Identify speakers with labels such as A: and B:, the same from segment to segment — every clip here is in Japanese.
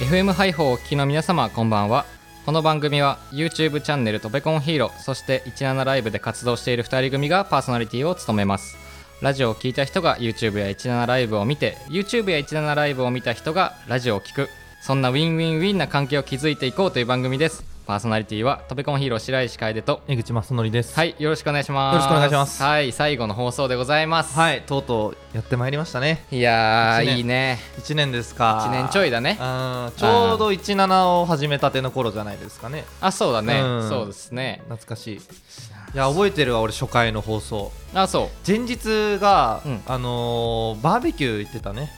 A: FM ハイホーをお聞きの皆様こんばんはこの番組は YouTube チャンネルとべコンヒーローそして17ライブで活動している2人組がパーソナリティを務めますラジオを聞いた人が YouTube や17ライブを見て YouTube や17ライブを見た人がラジオを聞くそんなウィンウィンウィンな関係を築いていこうという番組ですパーソナリティはとべコンヒーロー白石楓と
B: 江口正則です。
A: はいよろしくお願いします
B: よろしくお願いします
A: はい最後の放送でございます
B: はい、とうとうやってまいりましたね。
A: いや
B: 一
A: ー
B: 年
A: いいね
B: 1年ですか。
A: 1年ちょいだね
B: うんちょうど17を始めたての頃じゃないですかね。
A: あそうだね、
B: うん
A: そうですね
B: 懐かしい。いや、覚えてるわ、俺、初回の放送。
A: あそ
B: 前日が、
A: うん
B: あのーバーベキュー行ってたね。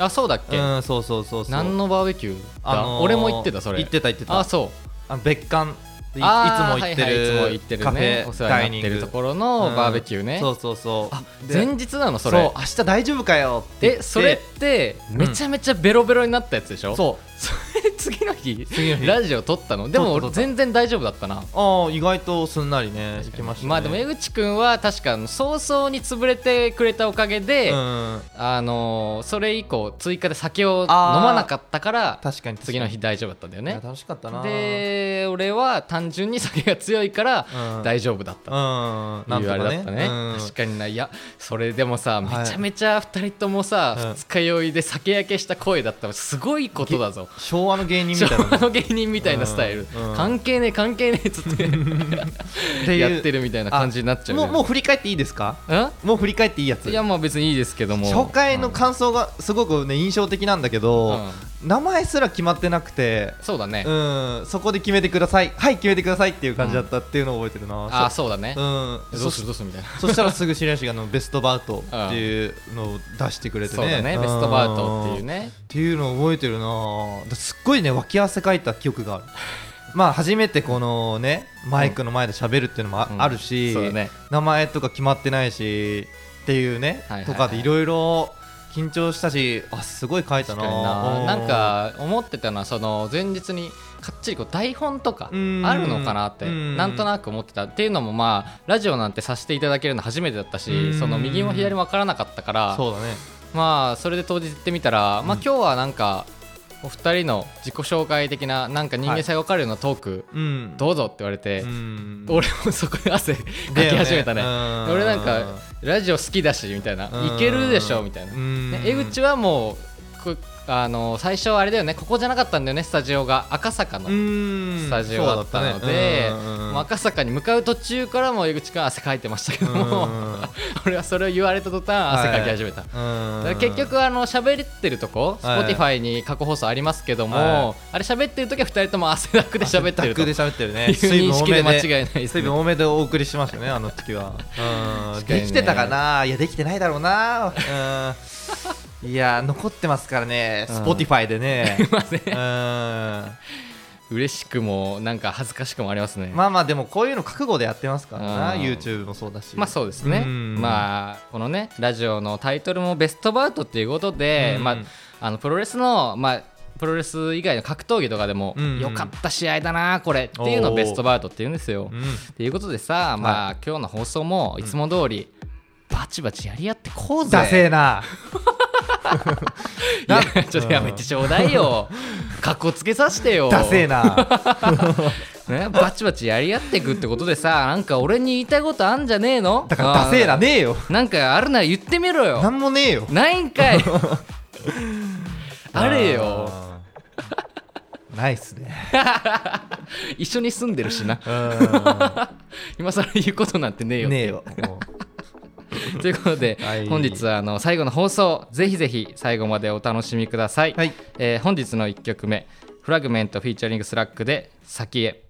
A: うあそうだっけ、
B: うん、そうそうそうそう。
A: 何のバーベキューだ、
B: あのー
A: 俺も行ってたそれ
B: 行ってた、行ってた。
A: あそ
B: あの別館でいいつも
A: あー
B: 行って
A: はいはいいつも
B: る、
A: 行ってるね
B: カフェ
A: お世
B: ダ
A: 話
B: イ
A: にな
B: ニ
A: って
B: ング
A: るところのバーベキューね
B: うんそうそうそうあ
A: 前日なのそ
B: そう
A: れ
B: 明日大丈夫かよって言って
A: えそれってめちゃめちゃベロベロになったやつでしょ、
B: そう
A: それ 次の日
B: 次の日
A: ラジオ撮ったのでも
B: 撮
A: 俺
B: った撮った
A: 全然大丈夫だったな
B: ああ意外とすんなりね行きました、ね、
A: まあでも江口くんは確か早々に潰れてくれたおかげで、
B: うん
A: あのーそれ以降追加で酒を飲まなかったから
B: 確かに
A: 次の日大丈夫だったんだよ
B: ね
A: ね
B: 楽しかったな
A: で俺は単純に酒が強いから
B: うん
A: 大丈夫だった
B: うんなん
A: いう
B: と
A: あれだ
B: か
A: っ
B: ね
A: たね
B: うん
A: 確かにないやそれでもさめ
B: はい
A: ちゃめちゃ2人ともさ、
B: うん
A: 二日酔いで酒焼けした声だったらすごいことだぞ
B: 昭和の芸人み
A: 昭
B: たいな
A: 和の芸人みたいなスタイル、
B: うんうん
A: 関係ねえ関係ねえっつって やってるみたいな感じになっちゃう
B: もうもう
A: う
B: 振り返っていいですか
A: ん
B: もう振り返っていいやつ
A: いやまあ別にいいですけども
B: 初回の感想がすごくね印象的なんだけど、名前すら決まってなくて
A: うんそうだね、
B: うんそこで決めてくださいはい決めてくださいっていう感じだったっていうのを覚えてるな、
A: ああそうだね、
B: うん
A: どうするどうするみたいな
B: そしたらすぐ白石があのベストバウトっていうのを出してくれてね。
A: そうだねベストバウトっていう。ね
B: っていうのを覚えてるなぁ。だすっごいね脇汗かいた記憶がある。まあ初めてこのねマイクの前で喋るっていうのもあ,、
A: うん
B: あるし、
A: そうだね
B: 名前とか決まってないしっていうね、
A: はいはいはい
B: とかでいろいろ緊張したしあすごい書いた
A: 確
B: な
A: かに
B: ぁ
A: な
B: うん
A: なんか思ってたのはその前日にかっちりこう台本とかあ
B: うん
A: るのかなって
B: うん
A: なんとなく思ってたっていうのもまあラジオなんてさせていただけるの初めてだった
B: う
A: し
B: ん
A: その右も左も分からなかったから
B: そうだね
A: まあそれで当日行ってみたらまあ
B: うん
A: 今日はなんかお二人の自己紹介的ななんか人間性が分かるようなトーク
B: うん
A: どうぞって言われて
B: うん
A: 俺もそこで汗か
B: だよ
A: き始めたね
B: うん
A: 俺なんかラジオ好きだしみたいな
B: うん
A: いけるでしょみたいな
B: うん
A: ね江口はもうこあの最初はあれだよねここじゃなかったんだよねスタジオが赤坂の、ス
B: ス
A: タジオだったのでもう赤坂に向かう途中からもう江口君は汗かいてましたけども、 俺はそれを言われた途端汗かき始めた、だから結局あの喋ってるとこ
B: はい
A: Spotify に過去放送ありますけども、
B: は
A: あれ喋ってる時は2人とも汗だくで喋ってると
B: で喋ってる
A: いう
B: ね
A: 認識で間違いないですね
B: 水分多めでお送りし ましたねあの時はうん
A: 確かにね
B: できてたかないやできてないだろうなうんいや残ってますからね
A: うん
B: Spotify でね
A: まあね
B: うんま
A: 嬉しくもなんか恥ずかしくもありますね、
B: あまあでもこういうの覚悟でやってますからな
A: うん
B: YouTube もそうだし
A: まあそうですね、
B: うん
A: まあこのねラジオのタイトルもベストバウトっていうことで、
B: うん
A: まああのプロレスのまあプロレス以外の格闘技とかでも、
B: うんうん
A: よかった試合だなこれっていうのをベストバウトって言うんですよ
B: うん
A: っていうことでさまあ、
B: は
A: 今日の放送もいつも通り、バチバチやり合ってこうぜ
B: ダセえな
A: いやちょっとやめてちょうだいよかっこつけさせてよ
B: ダセえな
A: ね、バチバチやり合っていくってことでさなんか俺に言いたいことあんじゃねえの
B: だからダセえな
A: あー
B: ねえよ
A: なんかあるなら言ってみろよ
B: なんもねえよ
A: ないん かいあれよ
B: あーないっすね
A: 一緒に住んでるしな
B: ね
A: 今更言うことなんてねえよ
B: えよ
A: ということで、
B: はい
A: 本日はあの最後の放送ぜひぜひ最後までお楽しみください、
B: はい
A: えー本日の1曲目「フラグメントフィーチャリングスラック」で「先へ」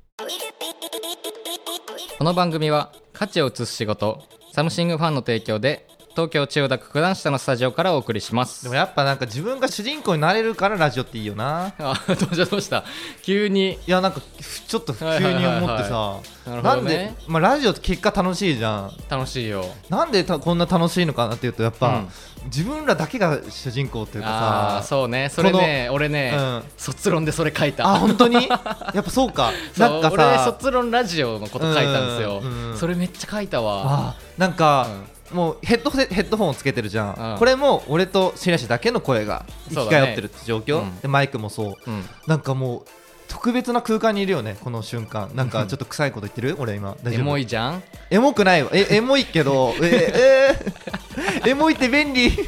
A: この番組は価値を移す仕事サムシングファンの提供で東京千代田区九段下のスタジオからお送りします
B: でもやっぱなんか自分が主人公になれるからラジオっていいよな
A: あどうしたどうした急に
B: いやなんかふちょっと急に思ってさ、
A: はいはいはいなるほ
B: な
A: ど
B: ん
A: ね
B: で、まあ、ラジオって結果楽しいじゃん
A: 楽しいよ
B: なんでたこんな楽しいのかなっていうとやっぱ、自分らだけが主人公っていう
A: ああ
B: か
A: ー
B: さ
A: そうねそれね俺ね、
B: うん
A: 卒論でそれ書いた
B: あ本当にやっぱそうか
A: そう
B: なんか
A: 俺
B: さ
A: 卒論ラジオのこと書いたんですよ、
B: うんうん
A: それめっちゃ書いたわ
B: あーなんか、もうヘッドホンヘッドホンをつけてるじゃん、
A: うん
B: これも俺と白石だけの声が行き交ってるって状況、
A: そうだねうん
B: でマイクもそう
A: うん
B: なんかもう特別な空間にいるよねこの瞬間 なんかちょっと臭いこと言ってる俺今大
A: エ
B: 丈夫
A: モいじゃん
B: エモくないわえエモい けどええーエモいって便利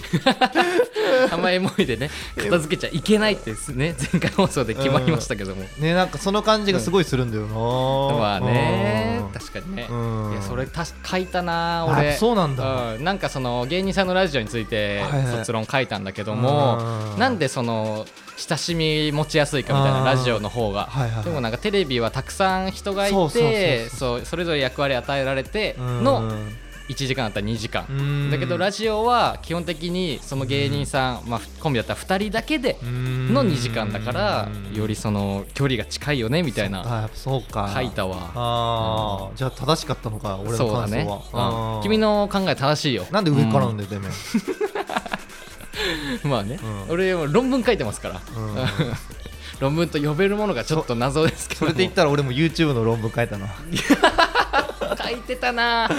A: あんまエモいでね片付けちゃいけないってですね前回放送で決まりましたけども、
B: ねなんかその感じがすごいするんだよな、
A: まあね
B: うん
A: 確かにね、
B: うん
A: いやそれたし書いたな俺
B: あそうなんだ、
A: うんなんかその芸人さんのラジオについて
B: はいはい
A: 卒論書いたんだけども、
B: うん
A: なんでその親しみ持ちやすいかみたいな
B: うん
A: ラジオの方が、
B: はいはいはい
A: でもなんかテレビはたくさん人がいてそう
B: そ
A: う
B: そうそう
A: それぞれ役割与えられての1時間あったら2時間、
B: の
A: だけどラジオは基本的にその芸人さん、まあ、コンビだったら2人だけでの2時間だからよりその距離が近いよねみたいな
B: あやっぱそうか
A: 書いたわ
B: あー、じゃあ正しかったのか俺の
A: そうだ
B: 感想
A: ね、う
B: は、
A: ん
B: あー
A: 君の考え正しいよ
B: なんで上からな
A: うん
B: だよ、てめえ
A: んまあね、
B: うん
A: 俺は論文書いてますから、
B: うん
A: 論文と呼べるものがちょっと謎ですけど
B: それで言ったら 俺も YouTube の論文書いたな
A: 書いてた な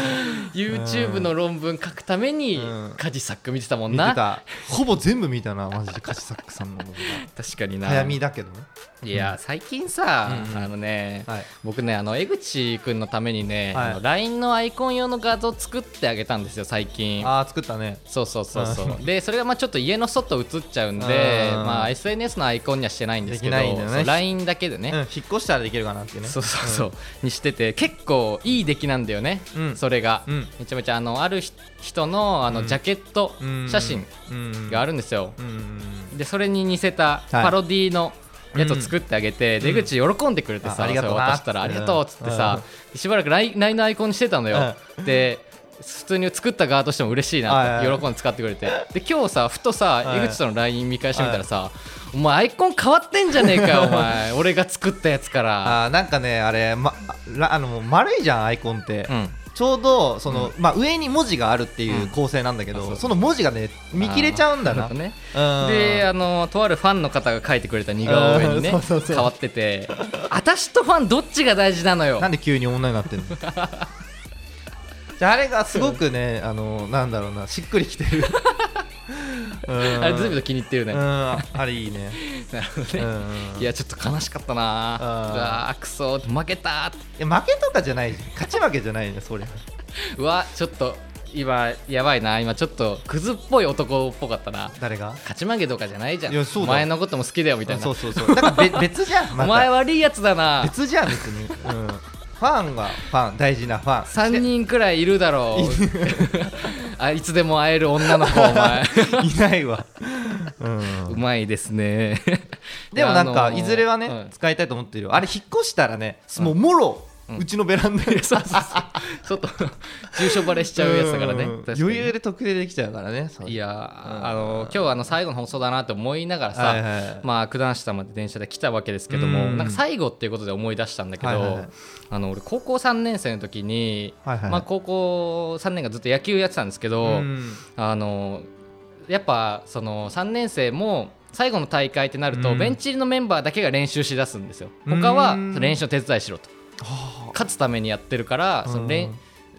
A: YouTube の論文書くために
B: うん
A: 家事サック見てたもん
B: 見
A: な、
B: てたほぼ全部見たなマジでカシサックさんのもの
A: 確かにな
B: 早見だけどね
A: いや最近さ、
B: うんうん
A: あのね、
B: はい
A: 僕ねあの江口くんのためにね、
B: はい
A: あの LINE のアイコン用の画像作ってあげたんですよ最近
B: ああ作ったね
A: そうそうそうそううでそれがまあちょっと家の外映っちゃうんで
B: うん
A: まあ SNS のアイコンにはしてないんですけど
B: できないんだよね
A: そう LINE だけでね、
B: うん、引っ越したらできるかなっていうね
A: そうそうそう、にしてて結構いい出来なんだよね、
B: うん
A: それが、
B: うん
A: めちゃめちゃあのあるひ人のあ
B: うん
A: のジャケット
B: うん
A: 写真
B: うん
A: があるんですよ、
B: うん
A: でそれに似せた
B: い
A: パロディのやつを作ってあげて、出口喜んでくれて
B: あ
A: さ、
B: ありが
A: そ
B: と
A: れ
B: うな
A: 渡したら「ありがとう」っつってさ、しばらく LINE のアイコンにしてたのよ、で普通に作った側としても嬉しいな
B: は
A: っ
B: いは
A: て
B: い
A: 喜んで使ってくれてで今日さふとさ、
B: はい
A: 江口との LINE 見返してみたらさ、お前アイコン変わってんじゃねえかよお前俺が作ったやつから
B: あーなんかねあれ、ま、らあのもう丸いじゃんアイコンって、
A: うん
B: ちょうどその、まあ、上に文字があるっていううん構成なんだけど、
A: あそう
B: その文字がね見切れちゃうんだ
A: あ
B: な
A: ーるほどね
B: うん
A: であのとあるファンの方が書いてくれた似顔絵にね
B: うんそうそうそう
A: 変わってて私とファンどっちが大事なのよ
B: なんで急に女になってんのじゃああれがすごくね、あのなんだろうなしっくりき てるうん
A: あれ随分と気に入ってるね
B: うんあれいいね
A: なるほど
B: うん
A: ねいやちょっと悲しかったな
B: あー
A: うわーくそ負けた
B: いや負けとかじゃない勝ち負けじゃないねそれ
A: うわちょっと今やばいな今ちょっとクズっぽい男っぽかったな
B: 誰が
A: 勝ち負けとかじゃないじゃん
B: いやそう
A: お
B: だ
A: 前のことも好きだよみたいな
B: そうそうそうだからべ別じゃん、また
A: お前悪いやつだな
B: 別じゃん別に、うん、ファンがファン大事な ファン
A: 3人くらいいるだろう あいつでも会える女の子お前
B: いないわ、うん、
A: うまいですね
B: でもなん
A: あ
B: か
A: のー
B: いずれはね、
A: うん
B: 使いたいと思ってるよあれ引っ越したらねもうもろ、うちのベラン ダに
A: そうそうそうちょっと住所バレしちゃうやつだからね
B: うん
A: 確かに
B: 余裕で特定できちゃうからねそれ
A: いやーあのー今日あの最後の放送だなって思いながらさ、
B: はいはい
A: まあ九段下まで電車で来たわけですけども、
B: うん
A: なんか最後っていうことで思い出したんだけど、
B: はいはいはい
A: あの俺高校3年生の時に、
B: はいはいはい
A: まあ、高校3年がずっと野球やってたんですけど、
B: うん
A: あのーやっぱその3年生も最後の大会ってなると、
B: うん
A: ベンチ入りのメンバーだけが練習しだすんですよ
B: うん
A: 他は練習の手伝いしろと勝つためにやってるからそのれん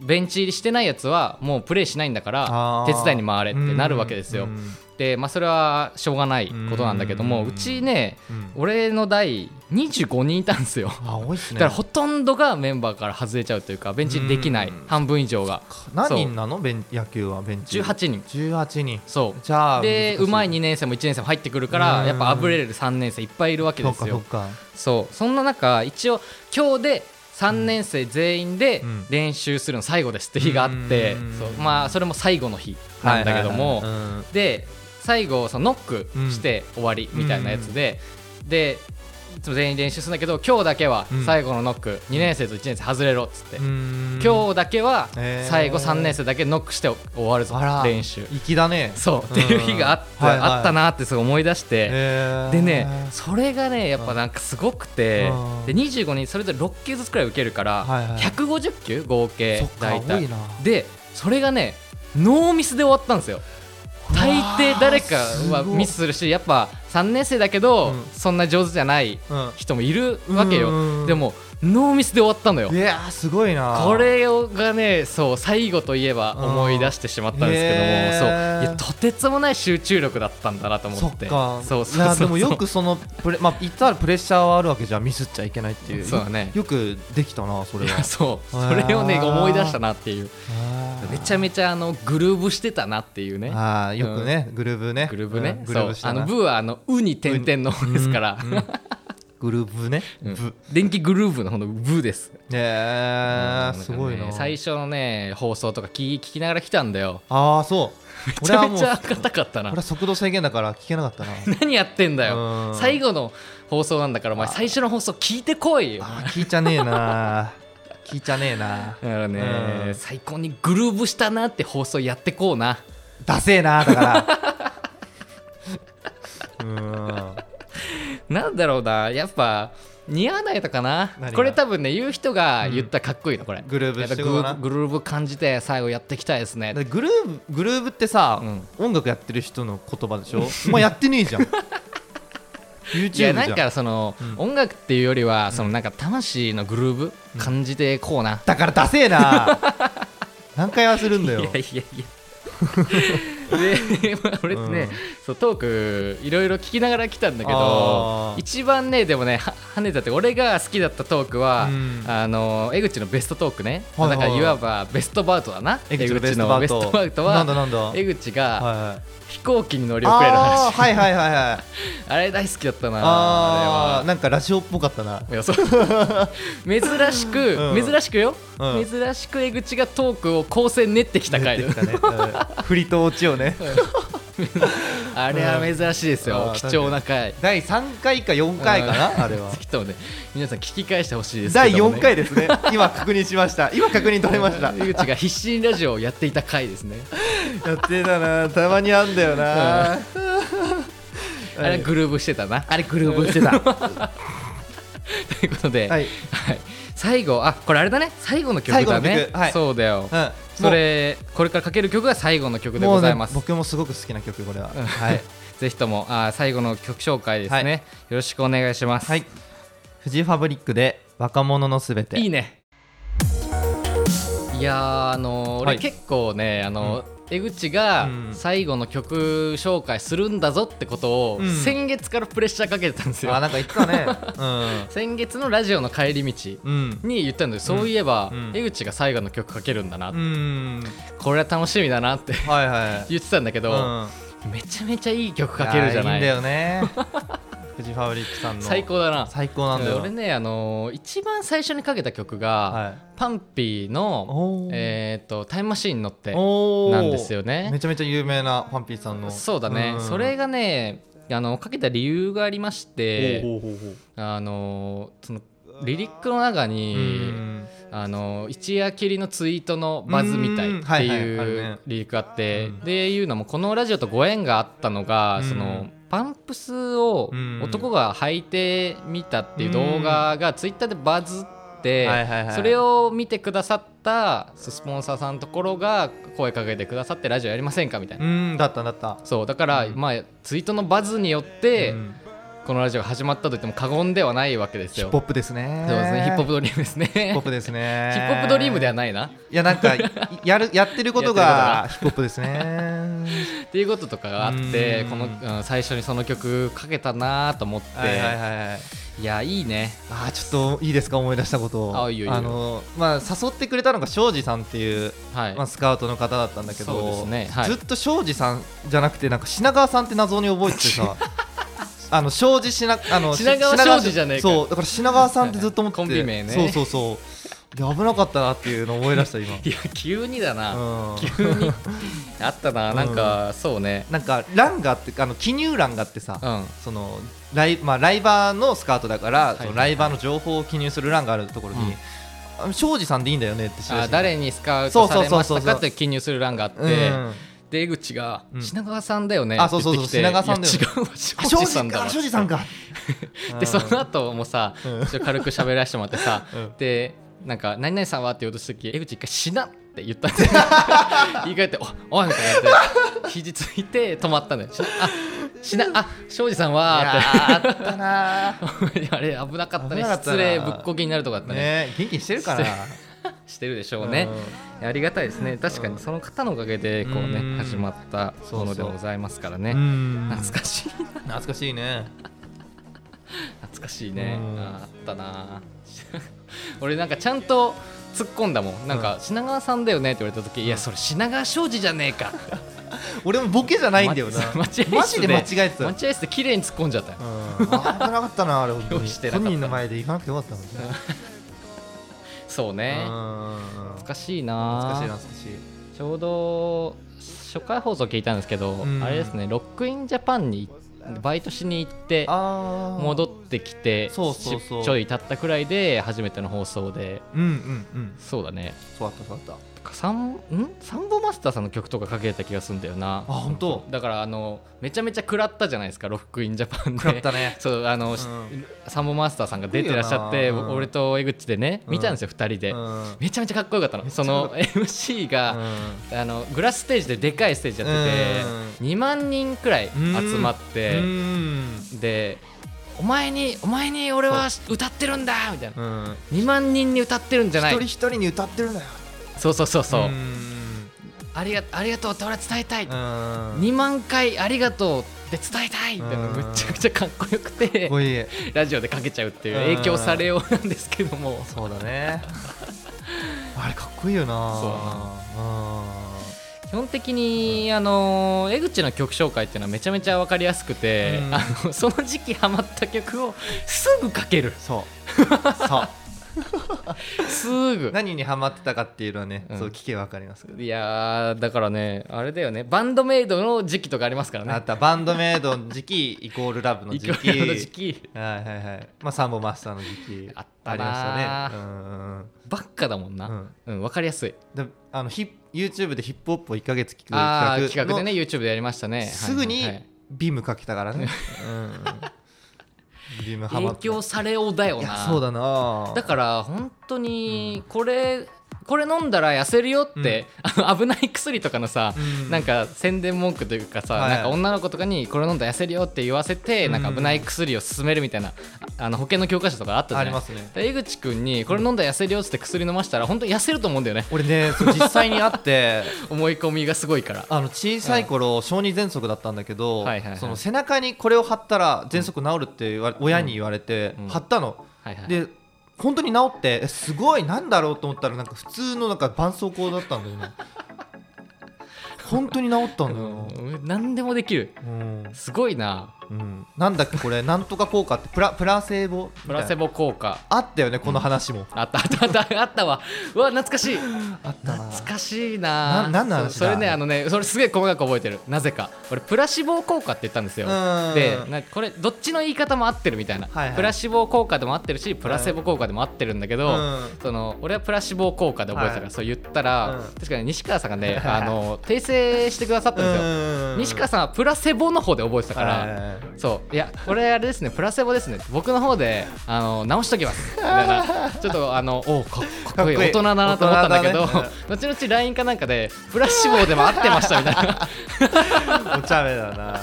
A: ベンチ入りしてないやつはもうプレーしないんだから
B: あ
A: 手
B: ー
A: 伝いに回れってなるわけですよ、
B: うんうん
A: で、まあ、それはしょうがないことなんだけども
B: うん
A: うちね
B: うん
A: 俺の代25人いたんですよ
B: あ多いっ
A: だ
B: すね
A: からほとんどがメンバーから外れちゃうというかベンチできない
B: うん
A: 半分以上が
B: 何人なのベン野球はベンチ
A: 18人
B: 18人
A: そう
B: じゃあ
A: でうまい
B: に
A: 2年生も1年生も入ってくるか
B: う
A: ら
B: ん
A: やっぱあぶれる3年生いっぱいいるわけで
B: そう
A: す
B: かそ
A: よ
B: うか
A: そうそんな中一応今日で3年生全員で
B: うん
A: 練習するの最後ですって日があって
B: うん
A: そうまあそれも最後の日なんだけども、
B: はいはいはいうん
A: で最後そのノックして終わりみたいなやつで、でいつも全員練習するんだけど今日だけは
B: うん
A: 最後のノック、2年生と1年生外れろっつって、
B: うん
A: 今日だけは
B: へー
A: 最後3年生だけノックして終わるぞ
B: あら
A: 練習
B: 粋だね
A: そうっていう日があって、
B: うんはいはい
A: あったなってすごい思い出して。で
B: で
A: ねそれがねやっぱなんかすごくて
B: うん
A: で25人それぞれ6球ずつくらい受けるから
B: はいはい
A: 150球合計
B: そっか
A: 大
B: 多い
A: 体
B: な
A: でそれがねノーミスで終わったんですよ大抵誰かはミスするしやっぱ3年生だけど
B: うん
A: そんな上手じゃない
B: うん
A: 人もいるわけ
B: うん
A: よでもノーミスで終わったのよ
B: いやーすごいな
A: これをがねそう最後といえば思い出してしまったんですけども、
B: うんへー
A: そういやとてつもない集中力だったんだなと思
B: そ
A: っ
B: ってか
A: そう
B: い
A: そうそ
B: や
A: うそう
B: でもよくそのプレまあ言ったらプレッシャーはあるわけじゃんミスっちゃいけないっていう
A: そうだね
B: よくできたなそれ
A: い
B: は
A: や そう
B: あ
A: そ
B: ー
A: れをね思い出したなっていう
B: あー
A: めちゃめちゃあのグルーブしてたなっていうね
B: あーよくね、グルーブね
A: グルーブね、
B: うんグルーブし
A: そう
B: た
A: あ
B: な
A: のブーはあのウに点々の方ですから、
B: グルーブね、
A: うん
B: ブ
A: 電気グルーブの方のブーです
B: ねえ
A: うん
B: すごい
A: んか
B: な
A: ね最初のね放送とか聞聞きながら来たんだよ
B: あ あそう
A: めちゃめち
B: 俺は
A: ゃ
B: もう
A: 硬かったな
B: 俺は速度制限だから聞けな かったな
A: 何やってんだよ
B: うん
A: 最後の放送なんだからお前最初の放送聞いてこいよ
B: あー聞いちゃねえな 聞いちゃねえな
A: だからね、
B: うん
A: 最高にグルーブしたなって放送やってこうな
B: ダセえなだから うーん
A: なんだろうなやっぱ似合わないのかな
B: 何が
A: これ多分ね言う人が言ったらかっこいいのこれ、
B: グルーブ
A: やっぱ
B: して
A: グ
B: こうな
A: グルーブ感じて最後やっていきたいですね
B: だってグルーブグルーブってさ、音楽やってる人の言葉でしょお前やってねえじゃ ん YouTube
A: い
B: じゃ
A: や
B: ん
A: なんかその、音楽っていうよりはそのなんか魂のグルーブ感じてこうな、
B: だからダセえな何回はするんだよ
A: いやいやいやで、まあ、俺ね、
B: うん
A: そうトークいろいろ聞きながら来たんだけど
B: あー
A: 一番ねでもねは跳ねたって俺が好きだったトークは、
B: うん
A: あの江口のベストトークね、
B: はいはい
A: だからいわばベストバウトだな
B: 江口のベストバウ
A: 江口のベスト
B: ト
A: バウト
B: なんだ
A: は
B: なんだはい
A: 江口が
B: はい
A: 飛行機に乗り遅れる話
B: あーはいはいはいはい
A: あれ大好きだったなあれ
B: あ
A: は
B: ーなんかラジオっぽかったない
A: やそう珍しく、
B: うん
A: 珍しくよ、
B: うん
A: 珍しく江口がトークを構成練ってきた回
B: 出てきたねうん振りと落ちをね
A: あれは珍しいですよ、
B: うん
A: 貴重な回
B: 第3回か4回かなあれ は
A: ぜひともね皆さん聞き返してほしいですけ
B: 第
A: どもね
B: 4回ですね今確認しました今確認取れました
A: 江口が必死にラジオをやっていた回ですね
B: やってたなたまにあんだよな
A: あれグルーブしてたな
B: あれグルーブしてたは
A: ということで、はい
B: い、
A: 最後あこれあれだね最後の曲だ
B: 最後の
A: ね
B: 曲はい
A: そうだよ、
B: うん
A: それこれからかける曲が最後の曲で
B: も
A: ご
B: う
A: ざ
B: ね
A: います、
B: 僕もすごく好きな曲これははい
A: ぜひともあ最後の曲紹介ですね、
B: はい
A: よろしくお願いします、
B: はいフジファブリックで若者のすべて
A: いいねいやーあのー俺
B: はい
A: 結構ね、あのー江口が
B: うん
A: 最後の曲紹介するんだぞってことを、
B: うん
A: 先月からプレッシャーかけてたんですよ
B: あなんか言ってたね
A: 先月のラジオの帰り道
B: うん
A: に言ったんでそういえば、
B: うん
A: 江口が最後の曲かけるんだな、
B: うんうん
A: これは楽しみだなって
B: はいはい
A: 言ってたんだけど、
B: うん
A: めちゃめちゃいい曲かけるじゃない
B: いやい いんだよねフジファブリックさんの
A: 最高だな
B: 最高なんだよ
A: 俺ねあのー一番最初にかけた曲が、
B: はい
A: パンピーの
B: お
A: 「
B: ー
A: えー、とタイムマシーンに乗って」
B: おー
A: なんですよね
B: めちゃめちゃ有名なパンピーさんの
A: そうだね、
B: ん
A: それがねあのかけた理由がありまして
B: ほうほうほうほう
A: あのそのリリックの中に、
B: うん
A: あの一夜きりのツイートのバズみたい
B: うん
A: って
B: はいはいある
A: い
B: ね
A: うリリックがあって、
B: うん
A: でいうのもこのラジオとご縁があったのが、
B: うん
A: そのパンプスを
B: うん
A: 男が履いてみたっていう動画がツイッターでバズって、
B: はいはいはい
A: それを見てくださったスポンサーさんのところが声かけてくださってラジオやりませんかみたいな、
B: うんだっただった
A: そうだから、
B: うん
A: まあ、ツイートのバズによって、
B: うん
A: このラジオが始まったと言っても過言ではないわけです
B: ヒッ
A: よ
B: プホップですね
A: そうですねヒップホップドリームですね
B: ヒップホップですね
A: ヒップホップドリームではいないない
B: やなんかいやるやってること
A: や
B: がヒップホップですね
A: っていうこととかがあって
B: うん
A: この、うん最初にその曲かけたなと思って、
B: はい
A: い
B: はいはいはい
A: やいいね
B: あーちょっといいですか思い出したことを
A: あいいよいいよ
B: のまあ誘ってくれたのが庄司さんっていう、
A: はい、
B: まあ、スカウトの方だったんだけど
A: そうですねはい
B: ずっと庄司さんじゃなくてなんか品川さんって謎に覚えて てさあの庄司品あの
A: 品川庄司じゃねえか
B: そうだから品川さんってずっと思ってて
A: コンビ名ね
B: そうそうそうで危なかったなっていうのを思い出した今
A: いや急にだな、
B: うん
A: 急に あったななんか、そうね
B: なんかランガってあの記入欄があってさ、
A: うん
B: そのライ,、まあ、ライバーのスカートだから、
A: い
B: そのライバーの情報を記入する欄があるところに、あの庄司さんでいいんだよねって知ら
A: あ
B: せて
A: 誰にスカウトされまし
B: そうそ
A: た
B: うそうそ
A: か
B: う
A: って記入する欄があって、
B: うん
A: で江口が、
B: うん
A: 品川さんだよね」
B: あ
A: って
B: そうそ
A: 言
B: う
A: っ
B: そ
A: てき
B: う
A: て
B: 品川さん
A: い
B: だ
A: や
B: よ
A: 違うわ
B: あ
A: 庄司
B: 庄司
A: さ
B: さ
A: ん
B: ん
A: だわ
B: か庄司さんか
A: でその後もさ、
B: う
A: ちょ
B: ん
A: っと軽く喋らせてもらってさ、
B: うん
A: でなんか「何々さんは?」って言おうとした時江口一回「死な」って言った んで言い換えて「おおい」みたいになって肘ついて止まったんだよ「死なあしなあ庄司さんは
B: あったなー
A: って あれ危なかったね
B: 危なかったな
A: 失礼ぶっこきになるとかあったね
B: ね元気にしてるから
A: してるでしょうね、ありがたいですね確かにその方のおかげでこうね、
B: うん
A: 始まったものでございますからね
B: う、ん
A: 懐かしい
B: 懐かしいね
A: 懐かしいね、
B: うん
A: あーあったな 俺なんかちゃんと突っ込んだもんなんか品川さんだよねって言われた時、いやそれ品川庄司じゃねえか
B: 俺もボケじ ゃないんだよな
A: ま待合
B: マ
A: 室
B: ジ
A: で
B: で間違えてたよ
A: 待合室で綺麗に突っ込んじゃったよ、
B: うん、危なかったなあれ本当
A: 用意
B: に
A: してなかった
B: 本人の前で行かなくてよかったもんね
A: そう
B: うん
A: ね、
B: 懐
A: 懐
B: か
A: かしい
B: しい
A: な
B: 懐かしい
A: ちょうど初回放送聞いたんですけど、
B: うん
A: あれですねロックインジャパンにバイトしに行って
B: あー
A: 戻ってきて
B: そうそうそう
A: ちょい経ったくらいで初めての放送で
B: うんうんうん
A: そうだね
B: そうだったそうだった
A: サンんサンボマスターさんの曲とかかけた気がするんだよな
B: あ本当
A: だからあのめちゃめちゃ食らったじゃないですかロックインジャパンで
B: 食らったね
A: そうあの、し
B: うん
A: サンボマスターさんが出てらっしゃって、
B: かっこいいよなうん
A: 俺と江口でね見たんですよ、二人で、
B: うん
A: めちゃめちゃかっこよかったのその MC が、あのグラスステージででかいステージやってて、2万人くらい集まって、
B: うん
A: でお前にお前に俺は歌ってるんだみたいな
B: うんうん
A: 2万人に歌ってるんじゃな
B: 一
A: い
B: 人一人に歌ってるんだよ
A: そうそうそうそう、
B: ん
A: ありがありがとうって俺は伝えたい、
B: うん
A: 2万回ありがとうって伝えたいみたいな
B: うん
A: むちゃくちゃかっこよくて、
B: こういう
A: ラジオでかけちゃうっていう影響されようなんですけども、
B: そうだ ねあれかっこいいよな
A: そう
B: う
A: 基本的に、あの江口の曲紹介っていうのはめちゃめちゃ分かりやすくて、
B: うん
A: あのその時期ハマった曲をすぐかける
B: んそう そう
A: すぐ
B: 何にハマってたかっていうのはね、
A: うん
B: そう聞けばわかりますけど、
A: いやーだからねあれだよねバンドメイドの時期とかありますから
B: あ
A: ね
B: ったバンドメイドの時期イコールラブの時期
A: 勢いの時期
B: はいはいはいまあサンボマスターの時期
A: あったなー
B: りましたねうん
A: ばっかだもんな、うん分かりやすい
B: うんであのヒップ YouTube でヒップホップを1か月聞く
A: あー
B: 企画
A: 企画
B: の
A: でね YouTube でやりましたね
B: すぐ
A: はい
B: に
A: はいはい
B: ビームかけたから ね、うん、ビームハマ
A: 影
B: って
A: 響されようだよ
B: いや
A: な
B: そうだな
A: だから本当にこれ、これ飲んだら痩せるよって、あの 危ない薬とかのさ、
B: うん
A: なんか宣伝文句というかさ、
B: はい
A: なんか女の子とかにこれ飲んだら痩せるよって言わせて、なんか危ない薬を勧めるみたいなああの保険の教科書とかあったじゃ
B: あ
A: な
B: り
A: い
B: ますね
A: で江口君にこれ飲んだら痩せるよっつって薬飲ましたら本当に痩せると思うんだよね
B: 俺ねそう実際に会って
A: 思い込みがすごいから
B: あの小さい頃、小児喘息だったんだけど、
A: はいはいはい
B: その背中にこれを貼ったら喘息治るって言われ親に言われて、
A: うん
B: 貼ったの、
A: はいはい
B: で本当に治ってえすごいなんだろうと思ったらなんか普通のなんか絆創膏だったんだよ ね本当に治ったんだよ
A: うん何でもできる
B: な、うん
A: すごいな
B: うん、なんだっけこれなんとか効果ってプラプラセーボみたい
A: プ
B: な
A: ラセボ効果
B: あったよねこの話も、
A: あったあったあったあったわうわ懐かしい
B: あったな
A: 懐かしいな
B: ななんの話だ
A: そそれねあのねそれすげえ細かく覚えてるなぜか俺プラシボ効果って言ったんですよ
B: うん
A: でなこれどっちの言い方も合ってるみたいな、
B: はいはい
A: プラシボ効果でも合ってるしプラセボ効果でも合ってるんだけど、
B: うん
A: その俺はプラシボ効果で覚えてたから、
B: はい
A: そう言ったら、
B: うん
A: 確かに西川さんがね あの訂正してくださったんですよ、
B: うん
A: 西川さんはプラセボの方で覚えてたから、
B: はい
A: そういやこれあれですねプラセボですね僕の方であの直しとき ますみたいなちょっとあのおうかかっこいい
B: かっこいい
A: 大人だなと思ったんだけど
B: 大人だね
A: 後々 LINE かなんかでプラシボでも合ってましたみたいな
B: お茶目だな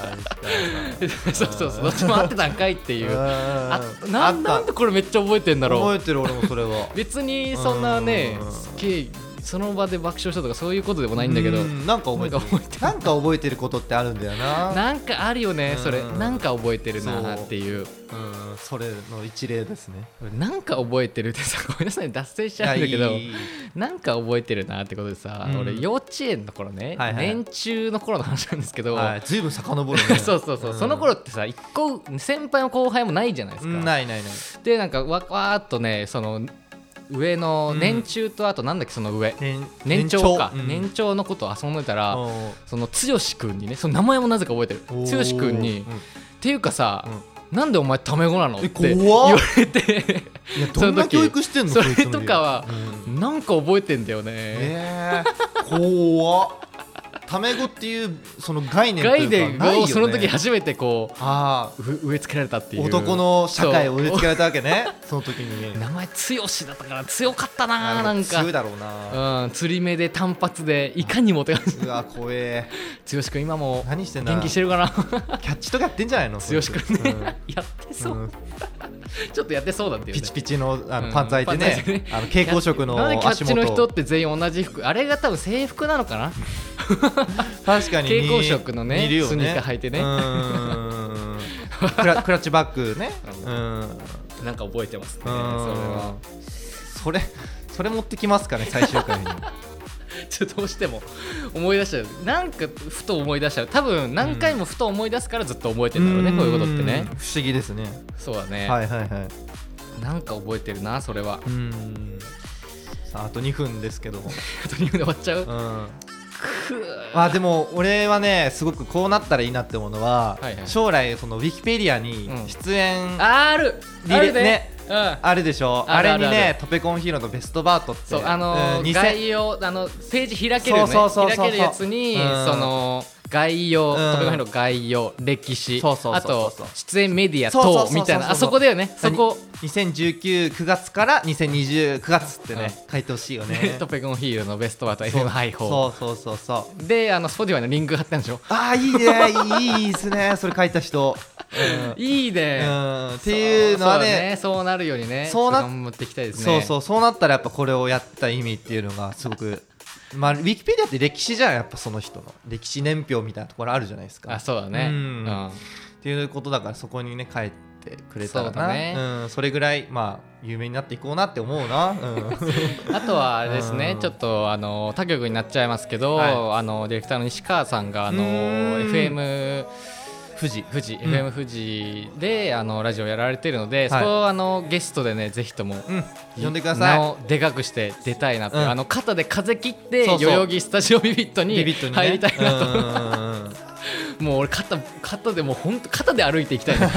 B: 西
A: そうそうそうどっちも合ってたんかいっていう
B: 川
A: あ
B: さんうん
A: な
B: あ
A: ん
B: っ
A: なんでこれめっちゃ覚えてんだ
B: た覚
A: ろ
B: えてる俺もそれは
A: う別にそんなね
B: うん
A: すっげえその場で爆笑したとかそういうことでもないんだけど
B: うんなんか覚えてる
A: なんか覚えてる
B: なんか覚えてることってあるんだよな
A: なんかあるよねそれ
B: うん
A: なんか覚えてるなっていう
B: うんそれの一例ですね
A: なんか覚えてるってさごめんなさい脱線しちゃうんだけど。なんか覚えてるなってことでさ、
B: うん
A: 俺幼稚園の頃ね、
B: はいはい
A: 年中の頃の話なんですけど、
B: はいずいぶん遡るね
A: そうそうそう、
B: ん
A: その頃ってさ一個先輩も後輩もないじゃないで
B: う
A: すか、
B: んないないない
A: でなんかわわーっとねその上の
B: うん
A: 年中とあとなんだっけその上、
B: 年
A: 年長か、
B: うん
A: 年長のこと遊んでたら、
B: うん
A: その剛君にねその名前もなぜか覚えてる
B: お
A: 剛
B: ー
A: 君に、
B: うん
A: っていうかさ、なんでお前タメ語なのっ
B: え
A: て言
B: 怖っ
A: われて
B: いやどんな教育してんの
A: その時
B: こいつの家
A: それとかは
B: うん
A: なんか覚えてんだよね
B: えー怖っタメ語っていうその概念と
A: 概
B: いう
A: 念
B: かないよ、
A: を
B: ね、
A: その時初めてこ
B: あ
A: うう植え付けられたってい
B: あ
A: う
B: 男の社会を植え付けられたわけねその時に
A: 名前強しだったから強かったな
B: あ
A: な
B: ー
A: んか
B: 強いだろうな
A: うん、釣り目で単発でいかにもって 感じ
B: うわ怖え
A: 剛君今も
B: 何してんだ
A: 元気してるかな
B: キャッチとかやってんじゃないの
A: 剛君ね、
B: うん
A: やってそう、
B: うん
A: ちょっとやってそうだっていう、ね、
B: ピチピチのあ
A: う
B: の
A: ん
B: パンツ履いて
A: パンツ履い
B: ね
A: てね
B: あの蛍光色の
A: なんでキャ
B: 足
A: ッチの人っ
B: 元
A: て全員同じ服あれが多分制服なのかな
B: 確かに
A: 蛍光色のね
B: 似るよ
A: スニーカー履いてね
B: うーんクラクラッチバッグねうん
A: なんか覚えてますねそれ
B: うん
A: は
B: それそれ持ってきますかね最終 回に
A: ちょっとどうしても 思い出しちゃうなんかふと思い出しちゃう多分何回もふと思い出すからずっと覚えてんだろうね、こういうことってね
B: ん不思議ですね
A: そうだね、
B: はいはいはい
A: なんか覚えてるなそれは
B: うんさああと2分ですけども、
A: あと2分で終わっちゃう、
B: うん、
A: く
B: ま
A: ー
B: あでも俺はねすごくこうなったらいいなって思うのは、
A: はいはい
B: 将来そのウィキペディアに出演
A: ある
B: リレ
A: あるね
B: ね
A: うん
B: あるでしょ
A: あ
B: あ
A: るある
B: れに
A: あ
B: ねトペコンヒーローのベストバートって
A: そうあの
B: うん
A: ー
B: 2000
A: 概要あのページ開けるね
B: そうそうそうそう
A: 開けるやつに、
B: うん
A: その概要、
B: うん
A: トペコンヒーロー概要歴史
B: そうそうそうそうそう
A: あと出演メディア
B: そうそうそう
A: 等
B: そう
A: みたいなあ
B: そ
A: そ
B: うそうそう
A: こだよねそこ、
B: 2019月から2020 9月ってね、書いてほしいよね
A: トペコンヒーローのベストバート
B: そう
A: FM 配報
B: そうそうそうそう
A: であの Spotify のリンク貼ってあるんでしょ
B: ああいいねいいいいいいですねそれ書いた人、
A: いい
B: うん
A: ね、
B: うんっていうのはね
A: そうそうだねそうなるようにね
B: そうな
A: 頑張っていきたいですね
B: そうそうそうなったらやっぱこれをやった意味っていうのがすごく まあウィキペディアって歴史じゃんやっぱその人の歴史年表みたいなところあるじゃないですか
A: あそうだねう
B: う
A: んん、
B: っていうことだからそこにね書いてくれたら
A: そうだ
B: な
A: ね
B: うん、それぐらいまあ有名になっていこうなって思うな、うん、
A: あとはあれですね、
B: うん
A: ちょっとあの他局になっちゃいますけど、
B: は
A: あのディレクターの西川さんがあの
B: うーん
A: FM
B: 富士
A: 富士、
B: ん
A: FM 富士であのラジオやられてるので、
B: はい
A: そこをあのゲストでねぜひとも、
B: うん呼んでください
A: 名をでかくして出たいなって、
B: うん
A: あの肩で風切って
B: そうそう
A: 代々木スタジオビビットに
B: デビットにね
A: 入りたいなと、
B: なと
A: もう俺肩肩でもう本当肩で歩いていきたいな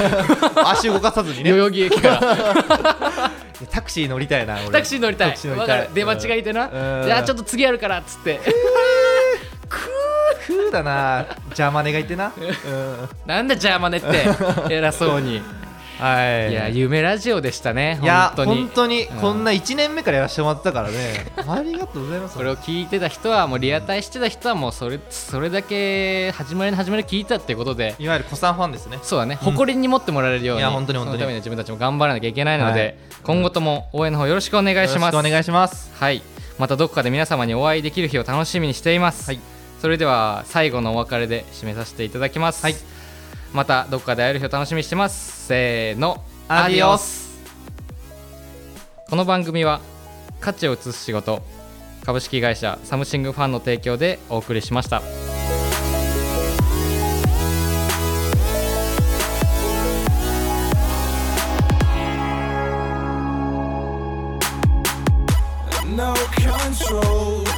B: 足動かさずに
A: 代
B: ね
A: 々木駅 から
B: タクシー乗りたいな俺
A: タクシー乗りたい
B: タクシー乗
A: わ
B: りたい
A: かる出間違いてな、
B: うん
A: じゃあちょっと次やるからっつって
B: ふうだな邪魔ねがいてな、うん、
A: なんだ邪魔ねって偉そうに
B: はい
A: いや夢ラジオでしたね
B: いや
A: 本当に
B: 本当に
A: うん
B: こんな1年目からやらせてもらってたから ねありがとうございます
A: それを聞いてた人はもうリアタイしてた人はもうそれそれだけ始まりの始まり聞いたってことで
B: いわゆる子さんファンですね
A: そうだね誇りに持ってもらえるように、
B: いや本当に本当に
A: そのためには自分たちも頑張らなきゃいけないので、
B: はい
A: 今後とも応援の方よろしくお願いします
B: よろしくお願いします
A: はいまたどこかで皆様にお会いできる日を楽しみにしています、
B: はい
A: それでは最後のお別れで締めさせていただきます、
B: はい
A: またどこかで会える日を楽しみにしてますせーの
B: アディオス
A: この番組は価値を移す仕事株式会社サムシングファンの提供でお送りしました
C: no control.